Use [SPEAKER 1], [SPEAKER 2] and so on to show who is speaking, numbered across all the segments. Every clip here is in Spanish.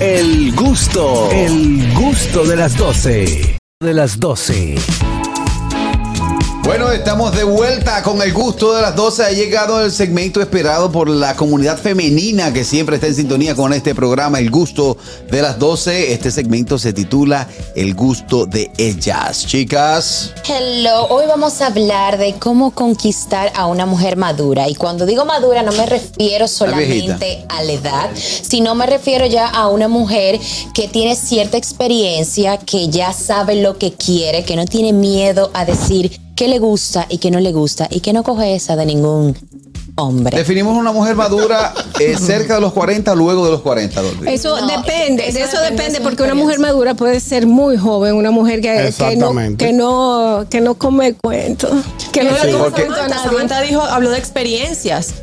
[SPEAKER 1] El gusto, el gusto de las 12. De las 12.
[SPEAKER 2] Bueno, estamos de vuelta con el gusto de las 12. Ha llegado el segmento esperado por la comunidad femenina que siempre está en sintonía con este programa, El gusto de las 12. Este segmento se titula El gusto de ellas. Chicas,
[SPEAKER 3] Hello, hoy vamos a hablar de cómo conquistar a una mujer madura. Y cuando digo madura no me refiero solamente
[SPEAKER 2] viejita.
[SPEAKER 3] a la edad, sino me refiero ya a una mujer que tiene cierta experiencia, que ya sabe lo que quiere, que no tiene miedo a decir qué le gusta y qué no le gusta y que no coge esa de ningún hombre.
[SPEAKER 2] definimos una mujer madura eh, cerca de los 40 o luego de los 40. Dolby.
[SPEAKER 4] Eso
[SPEAKER 3] No,
[SPEAKER 4] depende,
[SPEAKER 3] eso
[SPEAKER 4] de eso
[SPEAKER 3] depende
[SPEAKER 4] depende,
[SPEAKER 3] de su
[SPEAKER 4] porque una
[SPEAKER 3] experiencia.
[SPEAKER 4] mujer madura puede ser muy joven, una mujer que, que no,
[SPEAKER 5] Exactamente.
[SPEAKER 4] que no que no come cuentos, que no
[SPEAKER 2] Sí,
[SPEAKER 4] le come
[SPEAKER 2] porque-
[SPEAKER 4] cuento a
[SPEAKER 6] Samantha,
[SPEAKER 4] nadie.
[SPEAKER 6] Samantha dijo, habló de experiencias.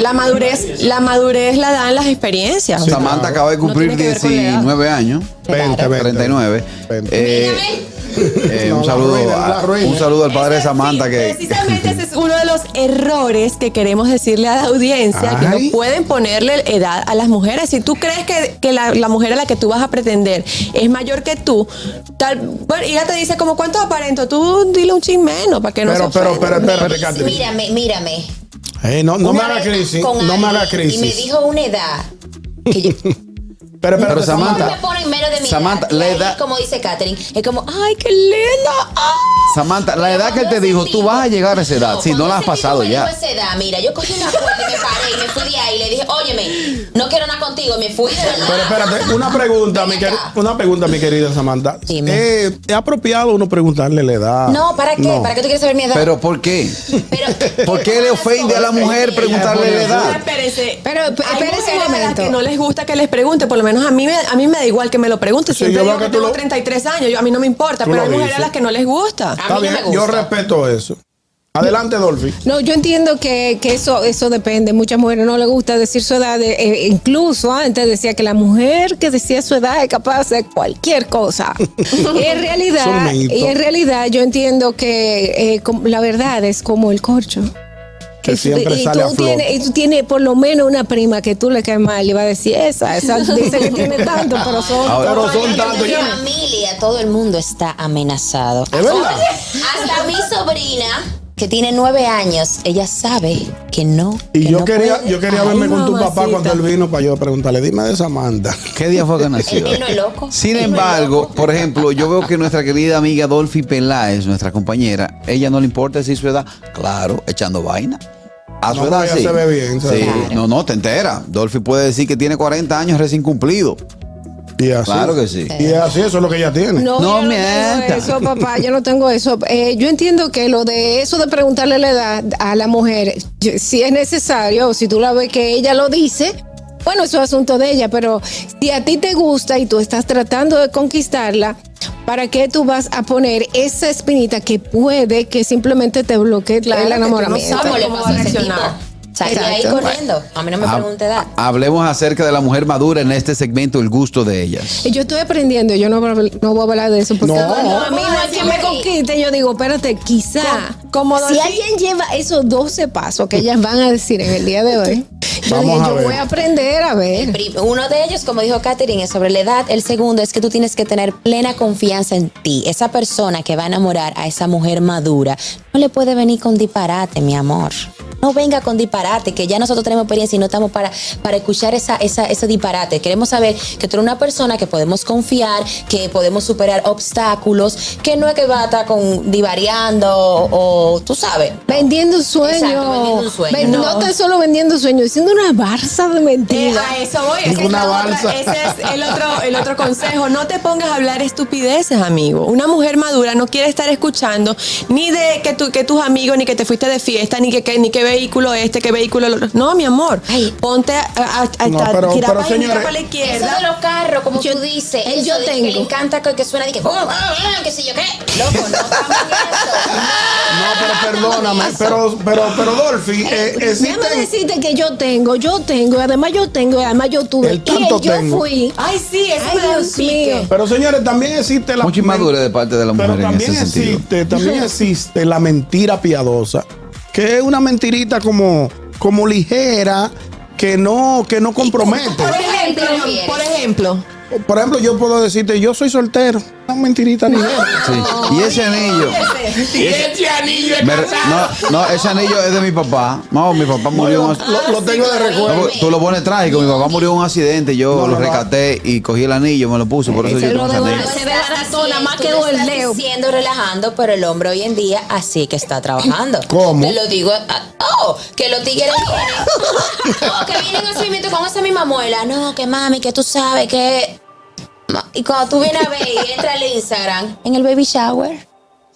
[SPEAKER 6] la madurez, la madurez la dan las experiencias.
[SPEAKER 5] Sí.
[SPEAKER 2] Samantha
[SPEAKER 5] claro.
[SPEAKER 2] acaba de cumplir
[SPEAKER 6] No tiene que ver con la edad.
[SPEAKER 2] 19 años.
[SPEAKER 5] 20, 20.
[SPEAKER 2] 39.
[SPEAKER 5] Vente.
[SPEAKER 2] Eh, eh,
[SPEAKER 5] No,
[SPEAKER 2] un,
[SPEAKER 5] la
[SPEAKER 2] saludo,
[SPEAKER 5] arruina,
[SPEAKER 2] a-
[SPEAKER 5] la arruina.
[SPEAKER 2] un saludo al padre de
[SPEAKER 6] Sí,
[SPEAKER 2] Samantha que...
[SPEAKER 6] Precisamente ese es uno de los errores que queremos decirle a la audiencia, que
[SPEAKER 2] Ay.
[SPEAKER 6] no pueden ponerle edad a las mujeres. Si tú crees que, que la, la mujer a la que tú vas a pretender es mayor que tú, tal, bueno, y ella te dice como cuánto aparento, tú dile un chin menos para que no se
[SPEAKER 5] Pero, pero,
[SPEAKER 6] ofenda.
[SPEAKER 5] pero, espérate, Catherine.
[SPEAKER 3] Mírame, mírame.
[SPEAKER 5] Eh, no, no me
[SPEAKER 3] Una
[SPEAKER 5] haga
[SPEAKER 3] vez
[SPEAKER 5] crisis.
[SPEAKER 3] con
[SPEAKER 5] No me haga
[SPEAKER 3] alguien Y me
[SPEAKER 5] crisis.
[SPEAKER 3] dijo una edad que yo,
[SPEAKER 5] Pero,
[SPEAKER 2] Pero
[SPEAKER 5] espérate,
[SPEAKER 2] Samantha-
[SPEAKER 3] No
[SPEAKER 5] Samantha.
[SPEAKER 3] me ponen menos de mi
[SPEAKER 2] Samantha,
[SPEAKER 3] edad. Y
[SPEAKER 2] la
[SPEAKER 3] ahí,
[SPEAKER 2] edad-
[SPEAKER 3] Como dice Katherine, es como, ay, qué linda. ah".
[SPEAKER 2] Samantha, la edad que él te
[SPEAKER 3] Cuando
[SPEAKER 2] dijo,
[SPEAKER 3] ese
[SPEAKER 2] tú
[SPEAKER 3] tipo-
[SPEAKER 2] vas a llegar a esa edad. Si no
[SPEAKER 3] cuando
[SPEAKER 2] la has
[SPEAKER 3] ese tipo
[SPEAKER 2] pasado
[SPEAKER 3] me
[SPEAKER 2] ya.
[SPEAKER 3] dijo esa edad, mira, yo cogí una cuerda y me paré y me fui de ahí y le dije, óyeme, no quiero nada contigo. Y me fui de verdad.
[SPEAKER 5] Pero espérate, una pregunta, mi quer- una pregunta, mi querida Samantha.
[SPEAKER 3] Dime.
[SPEAKER 5] Eh, ¿Es apropiado uno preguntarle la edad?
[SPEAKER 3] No, ¿para qué?
[SPEAKER 5] No.
[SPEAKER 3] ¿Para qué tú quieres saber mi edad?
[SPEAKER 2] Pero ¿por qué?
[SPEAKER 3] Pero-
[SPEAKER 2] ¿Por qué le ofende a la mujer preguntarle la
[SPEAKER 6] Ahora,
[SPEAKER 2] edad?
[SPEAKER 6] espérese.
[SPEAKER 4] Pero,
[SPEAKER 6] Hay
[SPEAKER 4] p- espérese un
[SPEAKER 6] mujeres a las
[SPEAKER 4] momento.
[SPEAKER 6] Que no les gusta que les pregunte, por lo menos a mí me, a mí me da igual que me lo pregunte.
[SPEAKER 5] Sí,
[SPEAKER 6] Siempre
[SPEAKER 5] yo
[SPEAKER 6] digo
[SPEAKER 5] veo
[SPEAKER 6] que,
[SPEAKER 5] que tú
[SPEAKER 6] tengo
[SPEAKER 5] lo-
[SPEAKER 6] 33 años, yo, a mí no me importa,
[SPEAKER 5] Tú
[SPEAKER 6] pero
[SPEAKER 5] lo
[SPEAKER 6] hay mujeres a
[SPEAKER 5] dices.
[SPEAKER 6] las que no les gusta.
[SPEAKER 3] A mí no me gusta.
[SPEAKER 5] yo respeto eso. Adelante, Dolphy.
[SPEAKER 4] No, yo entiendo que, que eso eso depende. Muchas mujeres no les gusta decir su edad. eh, eh, incluso antes decía que la mujer que decía su edad es capaz de cualquier cosa. en
[SPEAKER 5] Son
[SPEAKER 4] realidad,
[SPEAKER 5] mito.
[SPEAKER 4] y en realidad yo entiendo que eh, com- la verdad es como el corcho.
[SPEAKER 5] Que
[SPEAKER 4] Y-
[SPEAKER 5] siempre
[SPEAKER 4] y,
[SPEAKER 5] sale a
[SPEAKER 4] tú tienes,
[SPEAKER 5] flote.
[SPEAKER 4] y tú tienes por lo menos una prima que tú le caes mal y va a decir esa, esa dice que tiene tanto, pero son
[SPEAKER 5] Ahora- Pero son
[SPEAKER 3] Oye,
[SPEAKER 5] tantos,
[SPEAKER 3] Mi
[SPEAKER 5] yo-
[SPEAKER 3] familia, todo el mundo está amenazado.
[SPEAKER 5] ¿Es verdad?
[SPEAKER 3] Hasta mi sobrina, que tiene nueve años, ella sabe que no.
[SPEAKER 5] Y
[SPEAKER 3] que
[SPEAKER 5] yo
[SPEAKER 3] no
[SPEAKER 5] quería,
[SPEAKER 3] puede.
[SPEAKER 5] yo quería
[SPEAKER 6] Ay,
[SPEAKER 5] verme con tu papá
[SPEAKER 6] mamacita.
[SPEAKER 5] cuando él vino para yo preguntarle, dime de Samantha.
[SPEAKER 2] ¿Qué día fue que nació?
[SPEAKER 3] Él no es loco.
[SPEAKER 2] Sin
[SPEAKER 3] Él no es
[SPEAKER 2] embargo, por ejemplo, yo veo que nuestra querida amiga Dolphy Peláez, nuestra compañera, ella no le importa decir su edad, claro, echando vaina. A su
[SPEAKER 5] No,
[SPEAKER 2] edad
[SPEAKER 5] ella
[SPEAKER 2] sí.
[SPEAKER 5] se ve bien, se ve
[SPEAKER 2] Sí,
[SPEAKER 5] bien.
[SPEAKER 2] No, no, te entera. Dolphy puede decir que tiene 40 años recién cumplido.
[SPEAKER 5] Y así.
[SPEAKER 2] Claro que sí.
[SPEAKER 5] Y es así, eso es lo que ella tiene.
[SPEAKER 4] No,
[SPEAKER 2] No
[SPEAKER 4] yo no
[SPEAKER 2] mienta.
[SPEAKER 4] tengo eso, papá, yo no tengo eso. Eh, yo entiendo que lo de eso de preguntarle la edad a la mujer, yo- si es necesario, o si tú la ves que ella lo dice, bueno, eso es asunto de ella, pero si a ti te gusta y tú estás tratando de conquistarla, ¿para qué tú vas a poner esa espinita que puede que simplemente te bloquee
[SPEAKER 6] Claro,
[SPEAKER 4] el
[SPEAKER 6] que tú no
[SPEAKER 4] enamoramiento?
[SPEAKER 6] sabes
[SPEAKER 3] ¿Cómo le
[SPEAKER 6] ¿Cómo
[SPEAKER 3] pasó
[SPEAKER 6] va a
[SPEAKER 3] a ese tipo?
[SPEAKER 6] reaccionar?
[SPEAKER 3] Salió ahí
[SPEAKER 4] Exacto.
[SPEAKER 3] corriendo. A mí no me
[SPEAKER 2] Ha-
[SPEAKER 3] pregunte edad.
[SPEAKER 2] Hablemos acerca de la mujer madura en este segmento, el gusto de ellas.
[SPEAKER 4] Y Eh, Yo estoy aprendiendo, yo no, voy a- no voy a hablar de eso. Porque
[SPEAKER 5] No.
[SPEAKER 4] cuando a mí no hay quien me conquiste, yo digo, espérate, quizá.
[SPEAKER 6] Como- como
[SPEAKER 4] si
[SPEAKER 6] Dolphy-
[SPEAKER 4] alguien lleva esos 12 pasos que ellas van a decir en el día de hoy, yo
[SPEAKER 5] Vamos
[SPEAKER 4] dije,
[SPEAKER 5] a
[SPEAKER 4] yo
[SPEAKER 5] ver.
[SPEAKER 4] voy a aprender a
[SPEAKER 3] El
[SPEAKER 4] ver.
[SPEAKER 3] prim- Uno de ellos, como dijo Katherine, es sobre la edad. El segundo es que tú tienes que tener plena confianza en ti. Esa persona que va a enamorar a esa mujer madura no le puede venir con disparate, mi amor. No venga con disparate, que ya nosotros tenemos experiencia y no estamos para, para escuchar esa, esa, ese disparate. Queremos saber que tú eres una persona que podemos confiar, que podemos superar obstáculos, que no es que va a estar con, divariando o, o- tú sabes.
[SPEAKER 4] Vendiendo sueños.
[SPEAKER 3] Exacto, vendiendo un sueño.
[SPEAKER 4] Ven- no.
[SPEAKER 6] No.
[SPEAKER 4] tan solo vendiendo sueños, siendo una barza de
[SPEAKER 6] Eh,
[SPEAKER 4] mentiras.
[SPEAKER 6] a eso voy. Ese es,
[SPEAKER 5] Ninguna
[SPEAKER 6] la otra-
[SPEAKER 5] balsa.
[SPEAKER 6] ese es el otro, el otro consejo. No te pongas a hablar estupideces, amigo. Una mujer madura no quiere estar escuchando ni de que, tu- que tus amigos, ni que te fuiste de fiesta, ni que, que- ni qué vehículo este, qué vehículo. lo- No, mi amor.
[SPEAKER 3] Ay.
[SPEAKER 6] Ponte a, a, a-
[SPEAKER 5] No,
[SPEAKER 6] a-
[SPEAKER 5] pero-
[SPEAKER 6] girar
[SPEAKER 5] pero,
[SPEAKER 6] para la
[SPEAKER 5] señores-
[SPEAKER 6] para la
[SPEAKER 3] Eso
[SPEAKER 6] izquierda.
[SPEAKER 3] de los carros, como tú dices,
[SPEAKER 4] el
[SPEAKER 3] eso
[SPEAKER 4] yo
[SPEAKER 3] de que
[SPEAKER 4] tengo.
[SPEAKER 3] le encanta que, que suena de que, "Oh, ah, ah", que sé yo qué. Loco, no estamos
[SPEAKER 5] No, pero perdóname, pero, pero, pero Dolphy, eh,
[SPEAKER 4] Déjame
[SPEAKER 5] existen-
[SPEAKER 4] decirte que yo tengo, yo tengo, y además yo tengo, y además yo tuve.
[SPEAKER 5] El
[SPEAKER 4] y
[SPEAKER 5] tanto
[SPEAKER 4] yo
[SPEAKER 5] tengo.
[SPEAKER 4] fui.
[SPEAKER 6] Ay, sí, eso
[SPEAKER 4] Ay,
[SPEAKER 6] me da un
[SPEAKER 4] Dios
[SPEAKER 6] pique.
[SPEAKER 4] mío.
[SPEAKER 5] Pero señores, también existe la
[SPEAKER 2] Mucha inmadurez de parte de la
[SPEAKER 5] Pero
[SPEAKER 2] mujer en
[SPEAKER 5] también
[SPEAKER 2] ese sentido.
[SPEAKER 5] existe, también existe la mentira piadosa, que es una mentirita como, como ligera, que no, que no compromete.
[SPEAKER 3] Por ejemplo,
[SPEAKER 6] Por ejemplo, ejemplo.
[SPEAKER 5] Por ejemplo, yo puedo decirte, yo soy soltero. No mentirita ni nada.
[SPEAKER 2] Sí.
[SPEAKER 4] Oh,
[SPEAKER 2] Y ese anillo.
[SPEAKER 7] Y este anillo es
[SPEAKER 2] me re-
[SPEAKER 7] casado.
[SPEAKER 2] no, no, ese anillo es de mi papá. No, mi papá murió en
[SPEAKER 5] Lo,
[SPEAKER 2] un ac-
[SPEAKER 5] lo- lo tengo de
[SPEAKER 2] No,
[SPEAKER 5] recuerdo.
[SPEAKER 2] porque tú lo pones trágico. Mi papá murió en un accidente. Yo
[SPEAKER 5] No,
[SPEAKER 2] lo
[SPEAKER 5] no, no.
[SPEAKER 2] recaté y cogí el anillo, me lo puse. Por eso yo
[SPEAKER 4] Ese
[SPEAKER 2] tengo
[SPEAKER 4] lo
[SPEAKER 2] ese
[SPEAKER 4] debo
[SPEAKER 2] anillo.
[SPEAKER 4] Se ve barato, nada más
[SPEAKER 3] Tú
[SPEAKER 4] quedó
[SPEAKER 3] lo
[SPEAKER 4] el
[SPEAKER 3] estás
[SPEAKER 4] Leo.
[SPEAKER 3] diciendo relajando, pero el hombre hoy en día así que está trabajando.
[SPEAKER 5] ¿Cómo?
[SPEAKER 3] Te lo digo, ah, oh, que los tigres vienen, oh, que vienen a su movimiento con esa misma muela. No, que mami, que tú sabes que... Y cuando tú vienes a ver y entra el Instagram, ¿Ah? en el baby shower